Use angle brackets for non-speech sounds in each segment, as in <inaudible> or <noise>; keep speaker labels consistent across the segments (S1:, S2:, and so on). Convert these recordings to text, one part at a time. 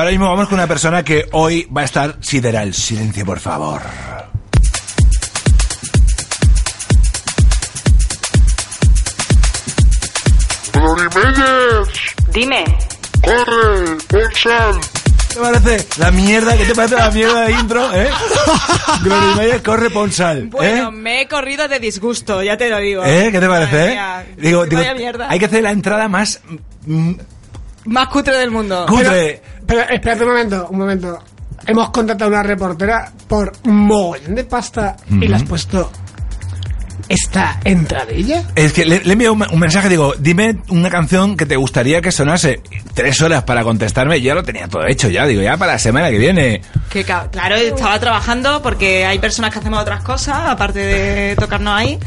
S1: Ahora mismo vamos con una persona que hoy va a estar sideral. Silencio, por favor.
S2: Floriméndez,
S3: Dime,
S2: corre, bolsal.
S1: ¿Qué te parece la mierda? ¿Qué te parece la mierda de intro, <laughs> eh? Gloria Mayer corre Ponsal, ¿eh?
S4: Bueno, me he corrido de disgusto, ya te lo digo.
S1: ¿Eh? ¿Qué te parece,
S4: Madre
S1: eh?
S4: mía,
S1: Digo,
S4: sí,
S1: digo,
S4: vaya mierda.
S1: hay que hacer la entrada más mm,
S4: Más cutre del mundo.
S1: cutre.
S5: Pero espérate un momento, un momento. Hemos contratado una reportera por un mogollón de pasta y le has puesto esta entradilla.
S1: Es que le, le envío un, un mensaje, digo, dime una canción que te gustaría que sonase. Tres horas para contestarme, ya lo tenía todo hecho ya, digo, ya para la semana que viene.
S4: Que ca- claro, estaba trabajando porque hay personas que hacemos otras cosas, aparte de tocarnos ahí.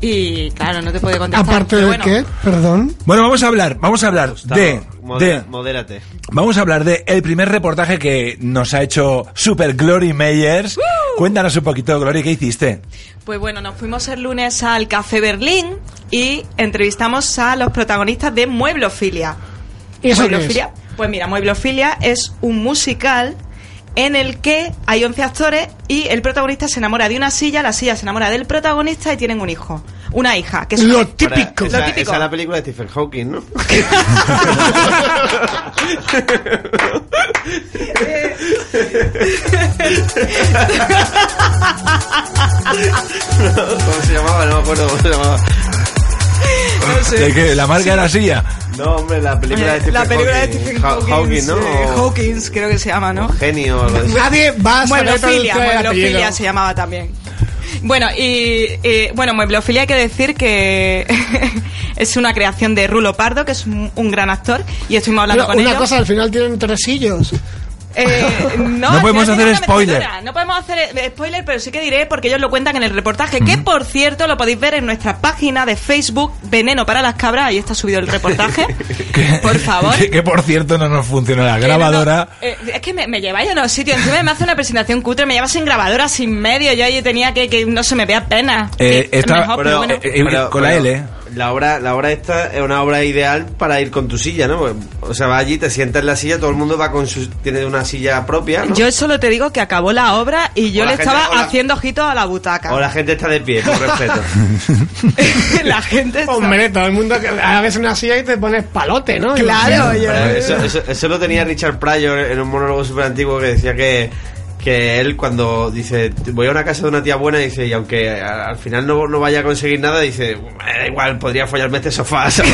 S4: Y claro, no te puede contestar.
S5: Aparte
S4: pero
S5: de
S4: bueno.
S5: qué, perdón.
S1: Bueno, vamos a hablar, vamos a hablar de, de-
S6: <laughs> Modérate.
S1: vamos a hablar de el primer reportaje que nos ha hecho Super Glory Meyers. Cuéntanos un poquito, Glory, ¿qué hiciste?
S4: Pues bueno, nos fuimos el lunes al Café Berlín y entrevistamos a los protagonistas de Mueblofilia.
S5: ¿Y eso qué es?
S4: Mueblofilia, Pues mira, Mueblofilia es un musical en el que hay 11 actores y el protagonista se enamora de una silla, la silla se enamora del protagonista y tienen un hijo, una hija, que es
S5: Lo típico.
S6: esa,
S4: Lo típico.
S6: esa es la película de Stephen Hawking, ¿no? <laughs> ¿Cómo se llamaba? No me acuerdo cómo se llamaba.
S4: No sé.
S1: ¿De qué? ¿La marca de la silla?
S6: No, hombre, la película de Stephen
S4: la película de
S6: Hawking.
S4: Stephen
S6: Ha-
S4: Hawking,
S6: Hawking, ¿no?
S4: eh,
S6: O-
S4: Hawkins, creo que se llama, ¿no?
S6: o Genio o algo así.
S5: Nadie va a saber
S4: Mueblofilia,
S5: traducir el
S4: mueblofilia
S5: apellido.
S4: se llamaba también. Bueno, y eh, bueno, mueblofilia hay que decir que <laughs> es una creación de Rulo Pardo, que es un, un gran actor, y estuvimos hablando
S5: Pero
S4: con
S5: una
S4: ellos.
S5: cosa, al final tienen tresillos.
S1: <laughs>
S4: Eh, no,
S1: No
S4: al
S1: podemos
S4: final
S1: hacer
S4: tiene una
S1: spoiler.
S4: metedura. No podemos hacer eh, spoiler, pero sí que diré porque ellos lo cuentan en el reportaje, que por cierto lo podéis ver en nuestra página de Facebook, Veneno para las Cabras, ahí
S1: <laughs>
S4: está subido el reportaje. por favor.
S1: Que, que, por cierto no nos funciona la grabadora.
S4: Eh, no, no, eh, es que me, me lleváis a los sitios. Encima me hace una presentación cutre, me llevas sin grabadora, sin medio. Yo ahí tenía que, que no se me vea pena.
S1: Eh,
S4: Sí, es
S1: estaba-
S4: mejor,
S1: pero,
S4: Ah, pero bueno.
S1: eh, eh, con la L.
S6: La obra, la obra esta es una obra ideal para ir con tu silla, ¿no? O sea, vas allí, te sientas en la silla, todo el mundo va con su... Tiene una silla propia, ¿no?
S4: Yo solo te digo que acabó la obra y yo
S6: O la
S4: le
S6: gente-
S4: estaba
S6: o la-
S4: haciendo ojitos a la butaca.
S6: O la gente está de pie, por respeto.
S4: <laughs>
S6: Eh,
S4: la gente. está-
S5: Hombre, todo el mundo que hagas una silla y te pones palote, ¿no?
S4: Claro, yo-
S6: Pero eso, eso- eso lo tenía Richard Pryor en un monólogo súper antiguo que decía que, que él cuando dice voy a una casa de una tía buena dice y aunque a- al final no, no vaya a conseguir nada dice "Me da igual podría follarme este sofá <laughs> ¿sabes?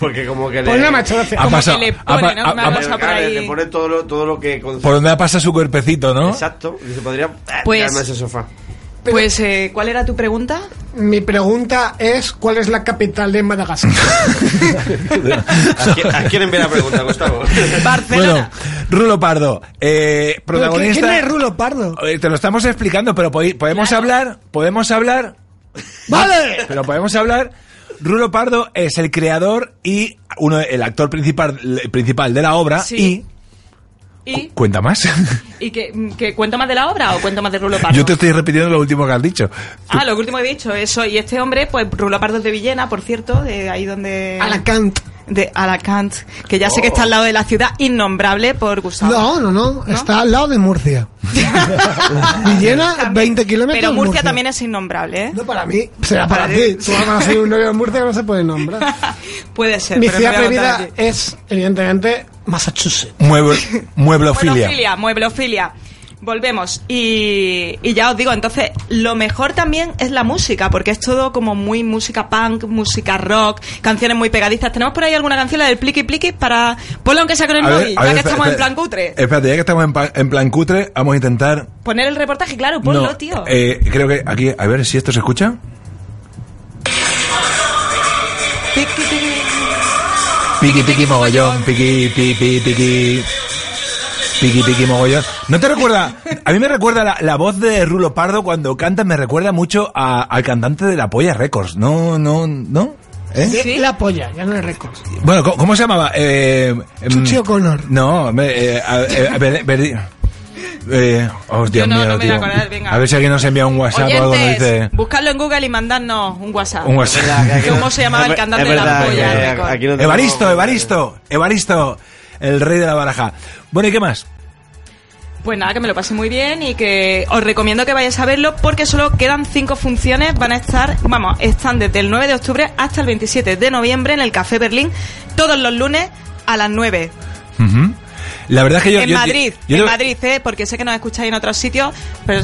S6: porque como que
S5: Pon
S6: le,
S5: Pues una machote.
S1: Ha
S4: como
S1: pasado.
S4: que le
S1: ha pa-
S4: pone, ¿no?
S1: ha-
S4: Una
S1: ha-
S6: le-
S4: cosa por
S6: le-
S4: ahí.
S6: le pone todo lo, todo lo que
S1: por donde pasa su cuerpecito, ¿no? <laughs>
S6: exacto dice podría eh,
S4: Pues-
S6: tirarme ese sofá
S4: Pues, eh, ¿cuál era tu pregunta?
S5: Mi pregunta es, ¿cuál es la capital de Madagascar?
S4: <laughs>
S6: ¿A quién- a quién envía la pregunta Gustavo
S1: Bueno,
S4: Barcelona.
S1: Rulo Pardo, eh,
S5: Pero, ¿quién-
S1: protagonista.
S5: ¿Quién es Rulo Pardo?
S1: Eh, Te lo estamos explicando, pero podi- podemos hablar, podemos hablar,
S5: ¡Vale!
S1: pero podemos hablar. Rulo Pardo es el creador y uno el actor principal principal de la obra
S4: Sí. ¿Y,
S1: y cuenta más.
S4: y que, que cuento más de la obra o cuento más de Rulo Pardo?
S1: Yo te estoy repitiendo lo último que has dicho.
S4: Ah, lo último que he dicho, eso. Y este hombre, pues Rulo Pardo es de Villena, por cierto, de ahí donde...
S5: Alacant.
S4: de Alacant, que ya sé que está
S1: Oh.
S4: al lado de la ciudad innombrable por Gustavo.
S5: No, no, no, Está al lado de
S4: <laughs>
S5: Murcia. Villena, 20 kilómetros.
S4: Pero Murcia también es innombrable, ¿eh?
S5: No para mí, será para,
S4: Para
S5: ti.
S4: ti.
S5: Tú vas a ser un novio de Murcia que no se puede nombrar.
S4: <laughs> Puede ser.
S5: Mi
S4: pero no
S5: ciudad
S4: voy a contar
S5: preferida
S4: aquí.
S5: es, evidentemente, Massachusetts.
S1: Mueble, mueblofilia.
S4: Mueblofilia, mueblofilia. Volvemos. Y, y ya os digo, entonces, lo mejor también es la música, porque es todo como muy música punk, música rock, canciones muy pegadizas. Tenemos por ahí alguna canción, la del Pliqui Pliqui, para. Ponlo aunque sea con el
S1: A ver,
S4: móvil,
S1: a
S4: ya
S1: ver,
S4: que
S1: espera,
S4: estamos en
S1: espera. Eh,
S4: plan cutre.
S1: Espérate, ya que estamos en, pa- en plan cutre, vamos a intentar.
S4: Poner el reportaje, claro, ponlo,
S1: no,
S4: tío.
S1: eh, creo que aquí, a ver si esto se escucha.
S4: Pliqui, pliqui.
S1: Piqui, piqui, mogollón, piqui, piqui, piqui. Piqui, piqui, mogollón. ¿No te recuerda? A mí me recuerda la, la voz de Rulo Pardo cuando canta, me recuerda mucho a- al cantante de la Polla Records. No, no, no. ¿Eh?
S4: Sí.
S5: La polla, ya no es récords.
S1: Bueno, ¿cómo, cómo se llamaba? Eh, em,
S5: Chuchi O'Connor.
S1: No, me, eh, a- eh, a ver, ver- eh, oh, Dios
S4: no,
S1: mío,
S4: no me voy
S1: tío.
S4: a acordar, venga.
S1: A ver si alguien nos envía un WhatsApp o algo nos dice.
S4: Oyentes, buscadlo en Google y mandadnos un WhatsApp.
S1: Un WhatsApp.
S6: <laughs> Es verdad que aquí no-
S4: ¿Cómo se llamaba el
S6: es ver-
S4: cantante
S6: es
S4: de la
S6: verdad
S4: polla
S6: que
S4: récord?
S6: aquí no tenemos-
S1: Evaristo, Evaristo, Evaristo. el rey de la baraja. Bueno, ¿y qué más?
S4: Pues nada, que me lo pasé muy bien y que os recomiendo que vayáis a verlo porque solo quedan cinco funciones. Van a estar, vamos, están desde el 9 de octubre hasta el 27 de noviembre en el Café Berlín, todos los lunes a las 9.
S1: Ujú. La verdad es que yo...
S4: en
S1: yo-
S4: Madrid,
S1: yo-
S4: en
S1: yo-
S4: Madrid, ¿eh? porque sé que nos escucháis en otros sitios, pero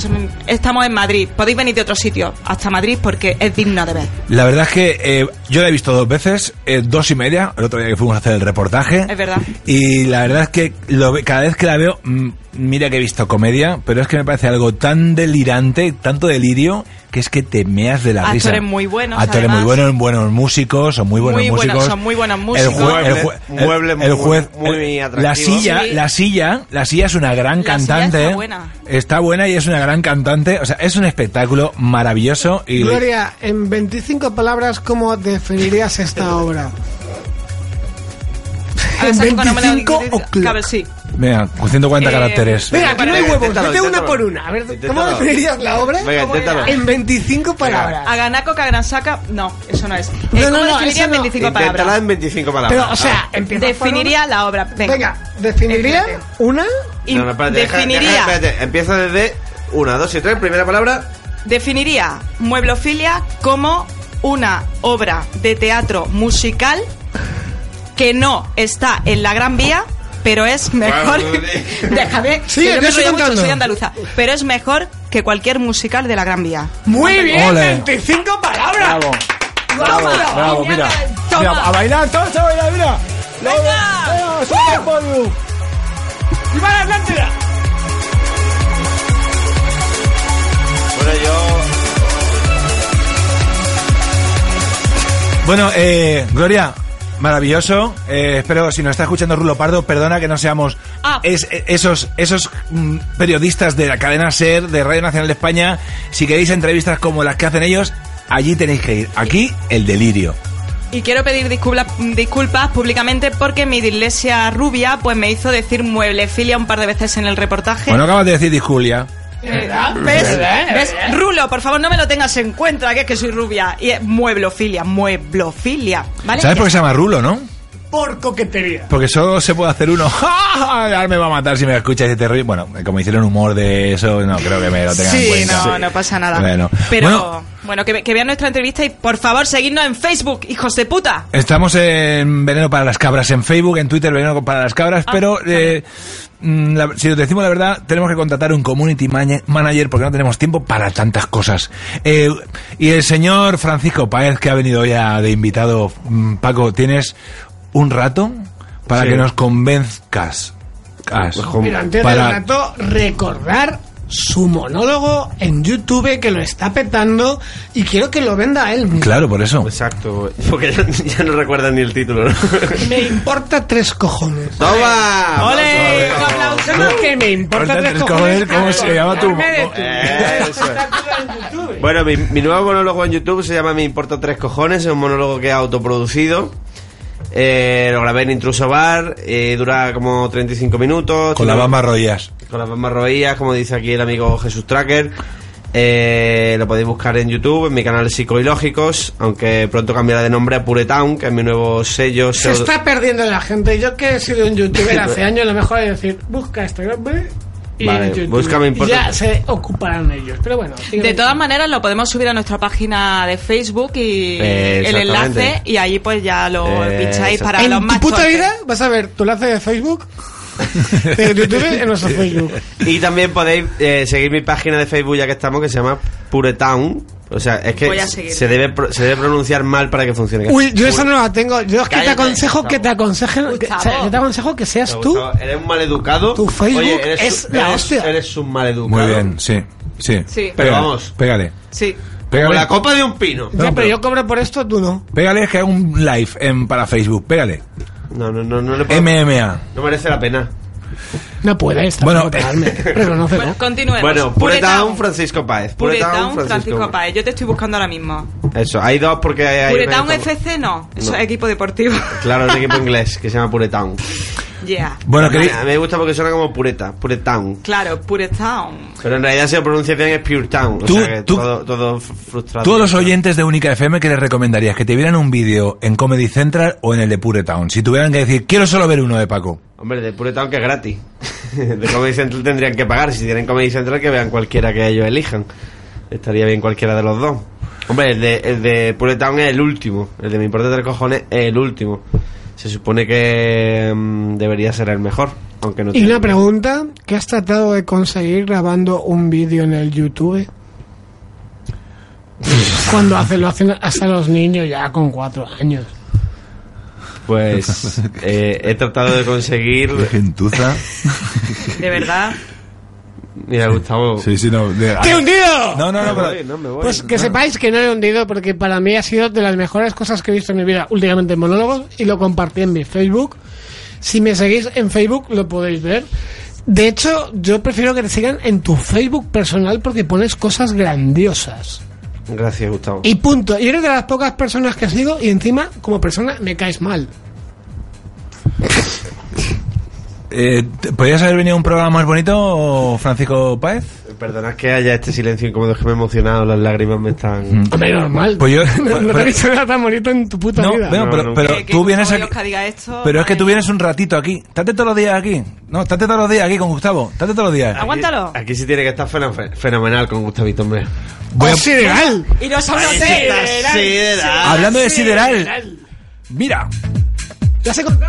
S4: estamos en Madrid. Podéis venir de otros sitios hasta Madrid porque es digno
S5: <laughs>
S4: de ver.
S1: La verdad es que eh, yo la he visto dos veces, eh, dos y media, el otro día que fuimos a hacer el reportaje.
S4: Es verdad.
S1: Y la verdad es que lo ve- cada vez que la veo, mm, mira que he visto comedia, pero es que me parece algo tan delirante, tanto delirio, que es que te meas de la
S4: Actores
S1: risa.
S4: muy buenos,
S1: Actores muy
S4: además.
S1: buenos, buenos músicos, son muy buenos
S4: Muy buenos,
S1: músicos.
S4: son muy buenos
S1: El jue-
S4: músicos.
S1: el jue- el-
S6: Muebles,
S1: el juez,
S6: muy- muy
S1: el- la
S6: atractivos.
S1: silla,
S4: Sí.
S1: la silla, la silla es una gran
S4: La
S1: cantante.
S4: silla está buena.
S1: Está buena y es una gran cantante. O sea, es un espectáculo maravilloso y
S5: Gloria, en 25 palabras, ¿cómo
S4: <laughs>
S5: definirías esta obra?
S4: A ver,
S5: En
S4: Saki, cuando me lo
S5: 25
S4: dices-
S5: o'clock.
S4: a ver, sí.
S1: Venga, 140
S4: Eh,
S1: caracteres.
S5: Venga, que no hay
S6: Venga,
S5: huevos,
S6: inténtalo,
S5: vete una
S6: inténtalo.
S5: por una. A ver, ¿cómo
S6: Inténtalo.
S5: definirías la obra?
S6: Venga,
S4: ¿Cómo
S6: inténtalo.
S4: era?
S5: En 25 palabras.
S4: A Ganaco, Cagansaca, no, eso no es. Eh,
S5: No,
S4: ¿Cómo
S5: no, no,
S4: definiría
S5: eso no.
S4: 25
S6: Inténtala
S4: palabras?
S6: en 25 palabras.
S5: Pero, o sea,
S6: Ah.
S5: empieza por una.
S4: Definiría la obra. Venga.
S5: Venga, definiría
S4: Espérate.
S5: una.
S4: Y
S6: Ah, No, no, espérate, deja-
S4: definiría,
S6: deja- espérate, Empieza desde 1, 2 y 3. Primera palabra.
S4: definiría Mueblofilia como una obra de teatro musical que no está en la Gran Vía, pero es mejor. <laughs> Déjame,
S5: Sí,
S4: que yo
S5: yo
S4: me
S5: estoy
S4: enrollo mucho,
S5: contando.
S4: soy andaluza. Pero es mejor que cualquier musical de la Gran Vía.
S5: Muy bien,
S1: Ole.
S5: 25 palabras.
S1: Bravo,
S5: Toma,
S1: bravo, mira.
S4: Toma.
S1: Mira, a bailar, todos a bailar, mira. La-
S4: Venga.
S1: eh, sube el podium.
S5: ¡Y para la Atlántida!
S6: Bueno, yo.
S1: Bueno, eh, Gloria, maravilloso. Eh, espero, si nos está escuchando Rulo Pardo, perdona que no seamos
S4: Ah.
S1: es- eh, esos, esos mm, periodistas de la cadena SER, de Radio Nacional de España. Si queréis entrevistas como las que hacen ellos, allí tenéis que ir. Aquí, el delirio.
S4: Y quiero pedir disculpa- disculpas públicamente porque mi iglesia rubia pues me hizo decir mueblefilia un par de veces en el reportaje.
S1: Bueno, acabas de decir disculia.
S4: ¿Ves? ¿Ves? Rulo, por favor, no me lo tengas en cuenta, que es que soy rubia. Y es mueblofilia, mueblofilia. ¿Vale?
S1: ¿Sabes por qué se llama Rulo, no?
S5: Por coquetería.
S1: Porque solo se puede hacer uno. <laughs> Ahora me va a matar si me escuchas y te ríes. Bueno, como hicieron humor de eso, no creo que me lo tengan en
S4: Sí,
S1: cuenta.
S4: no, no pasa nada.
S1: Bueno.
S4: Pero
S1: Bueno.
S4: bueno, que, ve- que vean nuestra entrevista y por favor seguidnos en Facebook, hijos de puta.
S1: Estamos en Veneno para las Cabras en Facebook, en Twitter Veneno para las Cabras,
S5: Ah,
S1: pero eh, mm, la- si os decimos la verdad, tenemos que contratar un community mane- manager porque no tenemos tiempo para tantas cosas. Eh, y el señor Francisco Páez, que ha venido hoy a- de invitado, mm, Paco, tienes un rato para
S6: Sí. Pues
S1: que nos convenzcas. Cas.
S5: Pero antes
S1: Para-
S5: del rato, recordar su monólogo en YouTube que lo está petando y quiero que lo venda él.
S1: Claro, por eso.
S6: Pues Exacto, porque ya, <laughs> ya no recuerdan ni el título,
S5: <laughs>
S6: ¿no?
S5: Me importa tres cojones.
S6: ¡Toma!
S4: ¡Ole! Un
S6: Vamos, vamos.
S4: aplauso.
S5: No, que me importa
S1: Ahorita
S5: tres,
S1: tres
S5: cojones.
S1: cojones, ¿cómo se llama tu-
S5: acordarme de
S6: Eso es.
S5: YouTube.
S6: Bueno, mi, mi nuevo monólogo en YouTube se llama Me importa tres cojones, es un monólogo que he autoproducido. Eh, lo grabé en Intruso Bar, eh, dura como 35 minutos.
S1: Con la
S6: Tiene-
S1: bamba Royas.
S6: Con las bambas roídas, como dice aquí el amigo Jesús Tracker. Eh, lo podéis buscar en YouTube, en mi canal Psicoilógicos, aunque pronto cambiará de nombre a Puretown, que es mi nuevo sello.
S5: Se
S6: pseudo-
S5: está perdiendo la gente. Yo que he sido un youtuber
S1: <laughs>
S5: hace años, lo mejor es decir, busca este nombre y
S6: Vale,
S5: YouTube.
S6: busca Me Importa.
S5: Ya se ocuparán ellos, pero bueno.
S4: De todas maneras lo podemos subir a nuestra página de Facebook y
S6: Eh,
S4: el
S6: exactamente.
S4: enlace y ahí pues ya lo
S6: Eh,
S4: pincháis
S6: exacto.
S4: para los
S5: En
S4: más
S5: tu puta
S4: torpes.
S5: vida vas a ver tu enlace de Facebook, de YouTube en nuestro Facebook.
S6: Y también podéis eh, seguir mi página de Facebook ya que estamos, que se llama Puretown. O sea, es
S4: Voy
S6: que
S4: a seguir.
S6: se debe, pro- se debe pronunciar mal para que funcione.
S5: Uy, yo esa no la tengo. Yo es que te
S6: Cállate,
S5: aconsejo que te
S6: Gustavo.
S5: aconsejen. que- o sea,
S4: Gustavo.
S5: yo te aconsejo que seas
S6: Me
S5: tú.
S6: gustaba. Eres un maleducado.
S5: Tu Facebook
S6: Oye, eres
S5: es
S6: un-
S5: la
S6: eres-
S5: hostia.
S6: Eres un maleducado.
S1: Muy bien, sí. Sí.
S4: Sí. Pero
S1: Pégale,
S6: vamos.
S1: Pégale.
S4: Sí.
S6: Como
S1: Pégale.
S6: la copa de un pino.
S5: Ya,
S1: No,
S5: pero
S1: pero-
S5: yo cobro por esto, tú no.
S1: Pégale, que hago un live en, para Facebook. Pégale.
S6: No, no, no, no le puedo-
S1: MMA.
S6: No merece la pena.
S5: No puedes. tampoco
S1: Bueno, eh,
S5: pagarme. Reconócelo.
S4: Bueno, continuemos.
S6: Bueno, Puretown Francisco Páez.
S4: Puretown, Francisco Paez. Yo te estoy buscando ahora mismo.
S6: Eso, hay dos porque hay. hay
S4: Puretown
S6: hay-
S4: FC no, eso
S6: No.
S4: es equipo deportivo.
S6: Claro, es un equipo inglés que se llama Puretown.
S4: Yeah.
S1: Bueno, queréis.
S6: Me gusta porque suena como pureta, Puretown.
S4: Claro, Puretown.
S6: Pero en realidad si lo pronuncia bien es Pure Town. O
S1: Tú-
S6: sea que
S1: tú-
S6: todo, todo f- frustrado.
S1: Todos los oyentes de Única FM, que les recomendarías? ¿Que te vieran un vídeo en Comedy Central o en el de Pure Town? Si tuvieran que decir, quiero solo ver uno de Paco.
S6: Hombre, de Pure Town que es gratis. <laughs> De Comedy Central tendrían que pagar. Si tienen Comedy Central, que vean cualquiera que ellos elijan. Estaría bien cualquiera de los dos. Hombre, el de, el de Pure Town es el último. El de Mi Importa Tres Cojones es el último. Se supone que mm, debería ser el mejor. Aunque no
S5: Y
S6: tiene-
S5: una pregunta, ¿qué has tratado de conseguir grabando un vídeo en el YouTube? Cuando hacen, lo hacen hasta los niños ya con cuatro años.
S1: <laughs>
S6: Pues eh, he tratado de conseguir.
S1: Qué gentuza.
S4: De
S1: <laughs>
S4: verdad.
S6: Mira, Gustavo.
S1: Sí, sí, no. de- Ah.
S5: ¡Te he hundido!
S1: No, no,
S6: Me
S1: no,
S6: voy,
S1: pero.
S6: no me voy.
S5: Pues que sepáis que no he hundido porque para mí ha sido de las mejores cosas que he visto en mi vida últimamente en monólogos y lo compartí en mi Facebook. Si me seguís en Facebook lo podéis ver. De hecho, yo prefiero que te sigan en tu Facebook personal porque pones cosas grandiosas.
S6: Gracias, Gustavo.
S5: Y punto. Yo eres de las pocas personas que sigo y encima, como persona, me caes mal.
S1: Eh, ¿te- ¿Podrías haber venido un programa más bonito, Francisco Páez?
S6: Perdonad que haya este silencio incómodo, es que me he emocionado, las lágrimas me están.
S5: Hombre, normal.
S1: Pues yo-
S5: <laughs> no, no te
S1: pero-
S5: he dicho nada tan bonito en tu puta
S1: No,
S5: vida.
S1: bueno,
S6: No,
S1: pero,
S6: no.
S1: pero
S4: Que- que
S1: tú vienes
S4: Gustavo
S1: aquí.
S4: Yosca diga esto,
S1: Pero es que tú
S4: madre
S1: vienes un ratito aquí. Estate todos los días aquí. No, estate todos los días aquí con Gustavo. Estate todos los días.
S4: Aguántalo.
S6: Aquí sí tiene que estar fenomen- fenomenal con Gustavito, hombre.
S1: Voy a-
S5: Consideral.
S4: Y no solo
S6: Ay,
S4: te-
S6: está sideral.
S1: Hablando de sideral. Mira.
S5: ¿Ya se contó?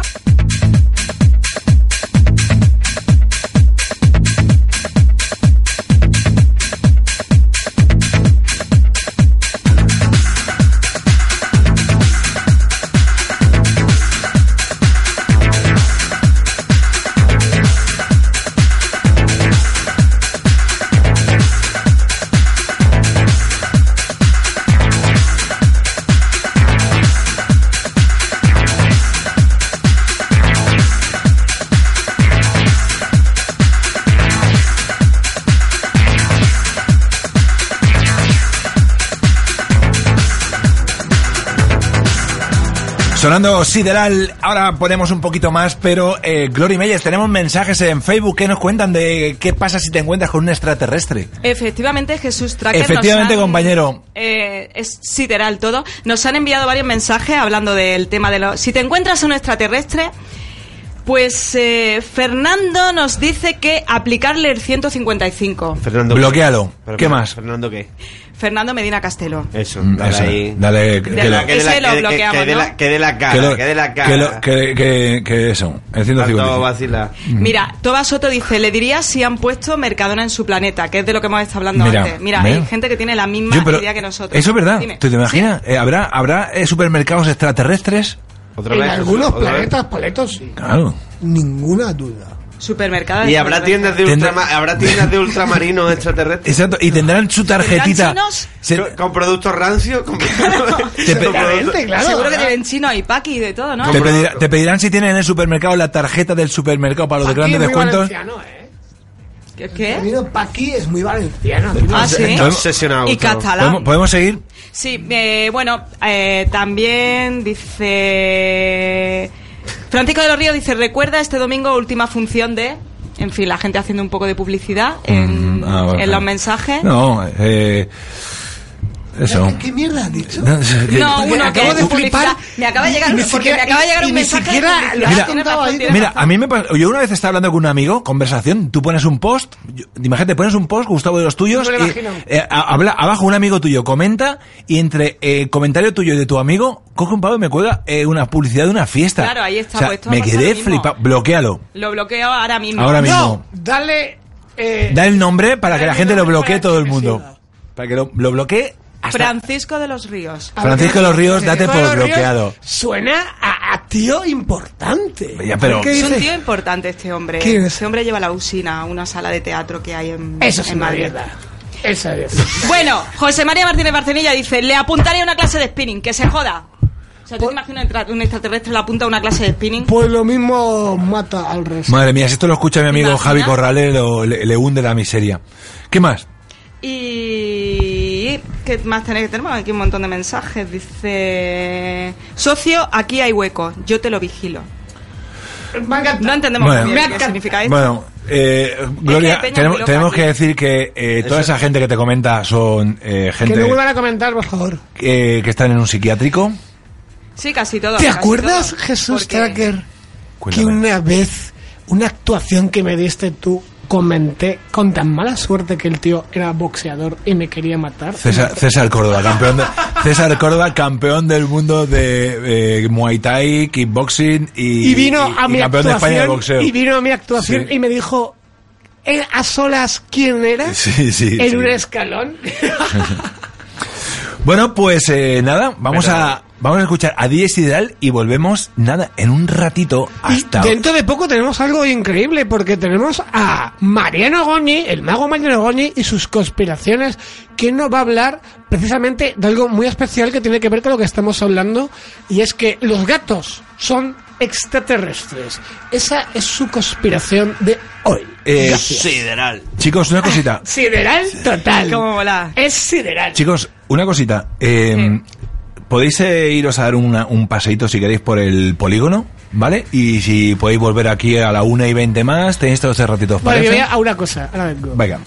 S1: Sonando Sideral, ahora ponemos un poquito más, pero eh, Glory Meyers, tenemos mensajes en Facebook que nos cuentan de qué pasa si te encuentras con un extraterrestre.
S4: Efectivamente, Jesús Tracker.
S1: Efectivamente,
S4: nos han-
S1: compañero.
S4: eh, es sideral todo. Nos han enviado varios mensajes hablando del tema de los. Si te encuentras un extraterrestre, pues eh, Fernando nos dice que aplicarle el 155.
S6: Fernando.
S1: Bloquéalo.
S6: Pero,
S1: ¿Qué
S6: pero,
S1: más?
S6: Fernando, ¿qué?
S4: Fernando Medina Castelo.
S6: Eso,
S1: Mm,
S6: dale
S1: eso,
S6: ahí.
S1: dale, que-
S6: Que
S1: que
S6: la-
S1: lo-
S6: que de
S4: Ese
S6: la-
S4: lo
S6: que de- que-
S4: bloqueamos,
S6: que de la-
S4: ¿no?
S6: Que de la cara, que,
S1: lo-
S6: de la
S1: que lo-
S6: cara.
S1: que- que- que eso, el
S6: Tanto
S1: 155.
S6: vacila.
S4: Mira, Toba Soto dice, le diría si han puesto Mercadona en su planeta, que es de lo que hemos estado hablando
S1: Mira,
S4: antes. Mira,
S1: mira.
S4: hay gente que tiene la misma
S1: Yo, pero-
S4: idea que nosotros.
S1: Eso es verdad.
S4: Dime.
S1: ¿Tú te imaginas? Eh, ¿Habrá, habrá eh, supermercados extraterrestres?
S6: Otra
S5: En
S6: vez,
S5: algunos
S6: otra vez.
S5: planetas, paletos, sí.
S1: Claro.
S5: Ninguna duda.
S4: Supermercado.
S6: Y habrá tiendas de,
S1: Tendrá-
S6: ultrama- habrá tiendas
S1: <laughs>
S6: de ultramarinos extraterrestres.
S1: Exacto. Y tendrán su tarjetita.
S4: chinos?
S1: Se-
S6: Con, con productos
S1: <laughs>
S6: rancios. Con, con
S1: Te pe-
S6: productos-
S5: Claramente, claro.
S4: Seguro que tienen chino y paqui y de todo, ¿no?
S1: te, pedirá- te pedirán si tienen en el supermercado la tarjeta del supermercado para los de
S5: Aquí
S1: grandes
S5: es muy
S1: descuentos.
S5: valenciano, ¿eh?
S4: ¿Qué?
S5: El
S4: qué?
S5: vino Paqui es muy valenciano. tío.
S4: Ah, sí.
S6: Está obsesionado,
S4: Y
S6: Gustavo.
S1: ¿Podemos,
S4: catalán.
S1: podemos seguir?
S4: Sí, eh, bueno, eh, también dice... Francisco de los Ríos dice, recuerda este domingo última función de... En fin, la gente haciendo un poco de publicidad en,
S1: Mm, ah, bueno.
S4: en los mensajes.
S1: No, eh, eso.
S5: ¿Qué mierda has dicho? <laughs>
S1: No, es que-
S4: No,
S5: Porque
S4: uno
S5: acabo
S4: que
S5: de
S4: es
S5: flipar
S4: publicidad. Me acaba de llegar,
S5: y ni
S4: porque
S5: siquiera-
S4: me acaba de llegar
S5: y-
S4: un
S5: y ni
S4: mensaje. de
S5: siquiera
S4: publicidad.
S5: lo has
S4: Tienes
S5: contado
S4: razón,
S5: ahí.
S4: tienes
S1: Mira,
S4: razón.
S1: a mí me pasa- yo una vez estaba hablando con un amigo, conversación, tú pones un post, yo- imagínate, pones un post, Gustavo de los tuyos,
S5: No me lo
S1: y,
S5: imagino.
S1: eh, a- habla, abajo un amigo tuyo comenta, y entre eh, comentario tuyo y de tu amigo, coge un pavo y me cuelga eh, una publicidad de una fiesta.
S4: Claro, ahí está,
S1: O sea,
S4: pues, esto
S1: me
S4: ha pasado
S1: quedé
S4: lo mismo.
S1: flipado, bloquealo.
S4: Lo bloqueo ahora mismo.
S1: Ahora
S5: No,
S1: mismo.
S5: dale. eh,
S1: Da el nombre para que la
S5: Dale
S1: gente lo
S5: nombre
S1: bloquee
S5: para
S1: todo
S5: que
S1: el
S5: me
S1: mundo.
S5: siga.
S1: Para que lo, lo bloquee hasta...
S4: Francisco de los Ríos.
S5: a
S1: Francisco de los Ríos, date
S5: Francisco de
S1: por
S5: los Ríos
S1: bloqueado.
S5: Suena a, a tío importante.
S1: Ya, pero-
S5: ¿Por qué
S4: Es un
S5: dice?
S4: tío importante este hombre.
S5: ¿Quién es?
S4: Este hombre lleva la usina, una sala de teatro que hay en,
S5: Eso es
S4: en
S5: una
S4: Madrid.
S5: mierda. Eso es.
S4: Bueno, José María Martínez Barcenilla dice, le apuntaré a una clase de spinning, que se joda. O sea, ¿tú te imaginas entrar- un extraterrestre le apunta a una clase de spinning?
S5: Pues lo mismo mata al resto.
S1: Madre mía, si esto lo escucha mi amigo
S4: ¿Te imaginas?
S1: Javi Corrales, lo- le, le hunde la miseria. ¿Qué más?
S4: Y... ¿Qué más tenéis? Tenemos aquí un montón de mensajes. Dice... Socio, aquí hay hueco. Yo te lo vigilo.
S5: Me encanta.
S4: No entendemos
S1: Bueno.
S4: muy bien
S5: Me
S4: qué
S5: encanta.
S4: significa esto.
S1: Bueno, eh, Gloria,
S4: Peña muy
S1: tenemos,
S4: loca
S1: tenemos
S4: aquí.
S1: que decir que eh, toda esa gente que te comenta son eh,
S5: que no
S1: gente
S5: vuelvan a comentar, por favor.
S1: eh, que están en un psiquiátrico.
S4: Sí, casi todo.
S5: ¿Te
S4: casi
S5: acuerdas,
S4: todo.
S5: Jesús
S4: Porque-
S5: Tracker, que
S1: Cuéntame.
S5: una vez una actuación que me diste tú, comenté con tan mala suerte que el tío era boxeador y me quería matar.
S1: César, César Córdoba, campeón de- César Córdoba, campeón del mundo de eh, Muay Thai, kickboxing y,
S5: y vino a
S1: y
S5: mi
S1: campeón de España de
S5: actuación
S1: boxeo.
S5: y vino a mi actuación
S1: Sí.
S5: y me dijo "Eh, a solas quién era
S1: Sí, sí,
S5: en
S1: sí.
S5: un escalón
S1: Bueno, pues eh, nada, vamos
S6: Pero-
S1: a vamos a escuchar a DJ Sideral y volvemos nada en un ratito hasta
S5: Y dentro de poco tenemos algo increíble porque tenemos a Mariano Goñi, el mago Mariano Goñi y sus conspiraciones, que nos va a hablar precisamente de algo muy especial que tiene que ver con lo que estamos hablando y es que los gatos son extraterrestres. Esa es su conspiración de hoy.
S1: Eh,
S6: Sideral.
S1: Chicos, una cosita.
S5: Sideral total.
S4: Cómo mola.
S5: Es sideral.
S1: Chicos, una cosita. eh, Podéis eh, iros a dar una- un paseíto si queréis por el polígono, ¿vale? Y si podéis volver aquí a la 1 y 20 más, tenéis todos estos ratitos
S5: Vale,
S1: para
S5: yo voy
S1: eso.
S5: a una cosa. Ahora vengo.
S1: Venga.